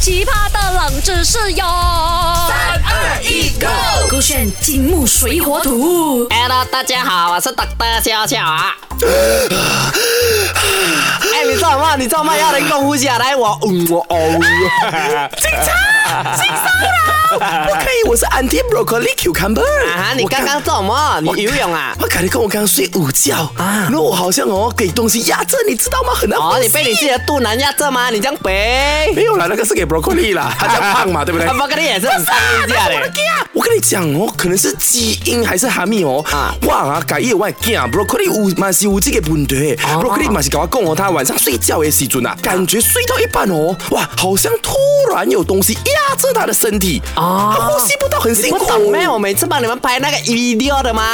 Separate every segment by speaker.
Speaker 1: 奇葩的冷知识哟！三
Speaker 2: 二一，Go！
Speaker 1: 勾选金木水火土。
Speaker 3: Hello，大家好，我是 Dr. 笑笑啊。哎，你知道吗？你知道吗？要人跟呼下来，我嗯我哦，
Speaker 2: 警察，性骚扰！不可以，我是 Anti Broccoli Cucumber。
Speaker 3: 啊哈，你刚刚做么？你游泳啊？
Speaker 2: 我感觉跟我刚刚睡午觉啊，然后我好像哦给东西压着，你知道吗？很难呼吸。
Speaker 3: 哦，你被你自己的肚腩压着吗？你这样 背。
Speaker 2: 没有啦，那个是给 Broccoli 啦，他这样胖嘛，对不对？
Speaker 3: 他不跟你也是很上一下
Speaker 2: 我的
Speaker 3: 嘞。
Speaker 2: g 哎我跟你讲哦，可能是基因还是哈密哦。
Speaker 3: 啊
Speaker 2: 哇啊，改夜晚 g broccoli 有嘛是有这个问题、b
Speaker 3: 哦
Speaker 2: r o c c o l i 嘛是跟我讲哦，他晚上睡觉的时阵啊，感觉睡到一半哦，哇，好像突然有东西压着他的身体，
Speaker 3: 哦
Speaker 2: 他呼吸不到，很辛
Speaker 3: 不
Speaker 2: 苦。
Speaker 3: 懂咩？我每次帮你们拍那个 video 的嘛。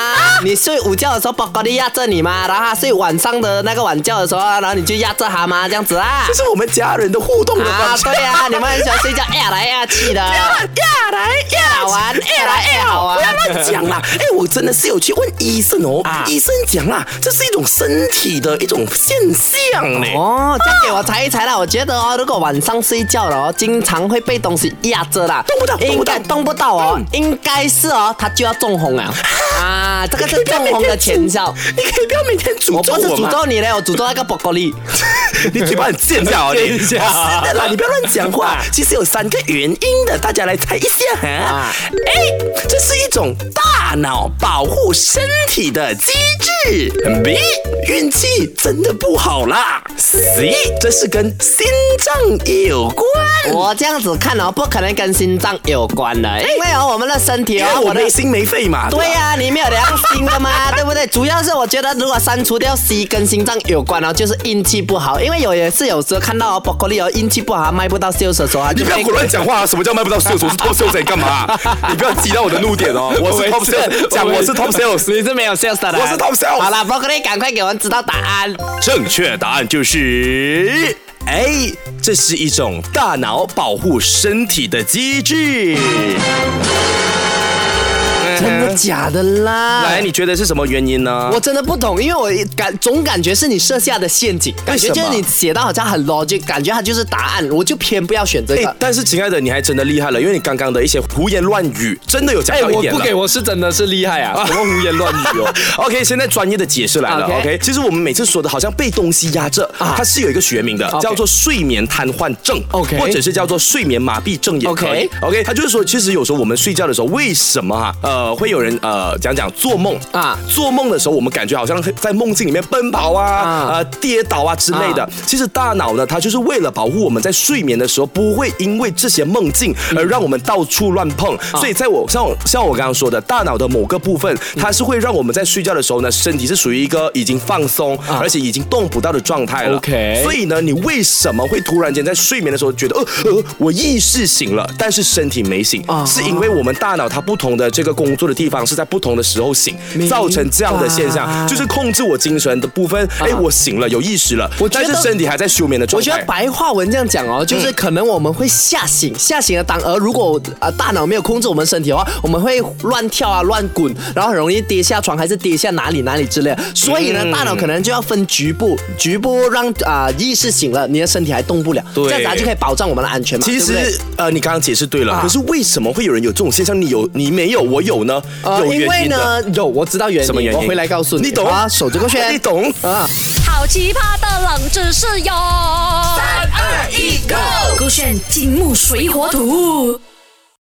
Speaker 3: 你睡午觉的时候，宝格丽压着你嘛，然后他睡晚上的那个晚觉的时候，然后你就压着他嘛，这样子啊
Speaker 2: 这。是我们家人的互动的
Speaker 3: 啊
Speaker 2: 方，式。
Speaker 3: 对啊，你们很喜欢睡觉，压来压去 的。
Speaker 2: 呀来呀
Speaker 3: 好玩
Speaker 2: 哎
Speaker 3: 哎来哎好玩
Speaker 2: 不要乱讲 啦！哎，我真的是有去问医生哦
Speaker 3: 啊，
Speaker 2: 医生讲啦，这是一种身体的一种现象呢。
Speaker 3: 哦，这样给我猜一猜啦！我觉得哦，如果晚上睡觉了哦，经常会被东西压着啦，
Speaker 2: 动不到
Speaker 3: 应该
Speaker 2: 动
Speaker 3: 动不到哦，应该是哦，他就要中 风了啊！这个是中风的前兆。
Speaker 2: 你可以不要每天诅
Speaker 3: 我
Speaker 2: 咒
Speaker 3: 不是
Speaker 2: 我
Speaker 3: 诅
Speaker 2: 吗？
Speaker 3: 咒你嘞，我诅咒那个宝格丽。
Speaker 2: 你嘴巴很贱啊！你
Speaker 3: 贱
Speaker 2: 是
Speaker 3: 笑
Speaker 2: 的啦，你不要乱讲啊话。其实有三个原因的，大家来猜一下哈。
Speaker 3: 啊
Speaker 2: A，这是一种大脑保护身体的机制。B，运气真的不好啦。C，这是跟心脏有关。
Speaker 3: 我这样子看哦，不可能跟心脏有关的，因为哦，我们的身体
Speaker 2: 哎因
Speaker 3: 哦
Speaker 2: 为，啊我
Speaker 3: 的
Speaker 2: 没心没肺嘛。
Speaker 3: 对
Speaker 2: 吧
Speaker 3: 呀、你没有良心的嘛，对不对？主要是我觉得，如果删除掉 C 跟心脏有关哦，就是运气不好，因为有也是有时候看到哦，宝格丽哦，运气不好卖不到 sales 的时候啊，
Speaker 2: 你
Speaker 3: 就
Speaker 2: 不要
Speaker 3: 被
Speaker 2: 胡乱讲话、啊！什么叫卖不到秀？我是 top sales 你干嘛 啊、你不要激到我的怒点哦！我是 top sales，讲我是 top sales。
Speaker 3: 你是没有 sales 的人，
Speaker 2: 我是 top sales
Speaker 3: 好了，宝格丽，赶快给我们知道答案。
Speaker 2: 正确答案就是 A，这哎是一种大脑保护身体的机制。
Speaker 3: 真的假的啦？
Speaker 2: 嗯来，你觉得是什么原因呢？
Speaker 3: 我真的不懂，因为我感总感觉是你设下的陷阱，感觉
Speaker 2: 为
Speaker 3: 就
Speaker 2: 什么
Speaker 3: 是你写到好像很 logic，感觉它就是答案，我就偏不要选这
Speaker 2: 哎
Speaker 3: 个，。
Speaker 2: 但是亲爱的，你还真的厉害了，因为你刚刚的一些胡言乱语，真的有讲
Speaker 4: 哎，
Speaker 2: 到一
Speaker 4: 我
Speaker 2: 点
Speaker 4: 不
Speaker 2: 了。
Speaker 4: 给我是真的是厉害啊！什么胡言乱语哦？
Speaker 2: OK，现在专业的解释来了。
Speaker 3: OK
Speaker 2: OK，其实我们每次说的好像被东西压着，
Speaker 3: 啊
Speaker 2: 它是有一个学名的，
Speaker 3: OK
Speaker 2: 叫做睡眠瘫痪症
Speaker 3: OK
Speaker 2: 或者是叫做睡眠麻痹症也可以
Speaker 3: OK。
Speaker 2: OK，它就是说，其实有时候我们睡觉的时候，为什么哈、呃会有人呃讲讲做梦
Speaker 3: 啊
Speaker 2: 做梦的时候我们感觉好像在梦境里面奔跑啊，
Speaker 3: 啊
Speaker 2: 呃跌倒啊之类的。
Speaker 3: 啊
Speaker 2: 其实大脑呢，它就是为了保护我们在睡眠的时候不会因为这些梦境而让我们到处乱碰，
Speaker 3: 啊
Speaker 2: 所以在我像我像我刚刚说的，大脑的某个部分，它是会让我们在睡觉的时候呢，身体是属于一个已经放松，
Speaker 3: 啊
Speaker 2: 而且已经动不到的状态了。
Speaker 4: OK
Speaker 2: 所以呢，你为什么会突然间在睡眠的时候觉得呃呃我意识醒了，但是身体没醒，
Speaker 3: 啊
Speaker 2: 是因为我们大脑它不同的这个工作的地方是在不同的时候醒，
Speaker 3: 明
Speaker 2: 造成这样的现象，
Speaker 3: 白
Speaker 2: 就是控制我精神的部分。哎，我醒了，有意识了，
Speaker 3: 啊我觉
Speaker 2: 但
Speaker 3: 得
Speaker 2: 是身体还在休眠的
Speaker 3: 我
Speaker 2: 状
Speaker 3: 觉得
Speaker 2: 态。嗯
Speaker 3: 白话文这样讲哦，就是可能我们会吓醒，吓醒了啊当而如果呃大脑没有控制我们身体的话，我们会乱跳啊乱滚，然后很容易跌下床还是跌下哪里哪里之类的。所以呢，
Speaker 2: 嗯
Speaker 3: 大脑可能就要分局部，局部让啊、意识醒了，你的身体还动不了，
Speaker 2: 对
Speaker 3: 这样子它就可以保障我们的安全嘛。
Speaker 2: 其实
Speaker 3: 对不对
Speaker 2: 呃，你刚刚解释对了，
Speaker 3: 啊
Speaker 2: 可是为什么会有人有这种现象？你有，你没有，我有呢？
Speaker 3: 呃，
Speaker 2: 有
Speaker 3: 因
Speaker 2: 原
Speaker 3: 为
Speaker 2: 因的。
Speaker 3: 呢，有我知道原因，
Speaker 2: 什么原因？
Speaker 3: 我回来告诉你。
Speaker 2: 你懂
Speaker 3: 啊，手这个 圈，
Speaker 2: 你懂？
Speaker 3: 啊。
Speaker 1: 好奇葩的冷知识哟！三二一，Go！勾选金木水火土。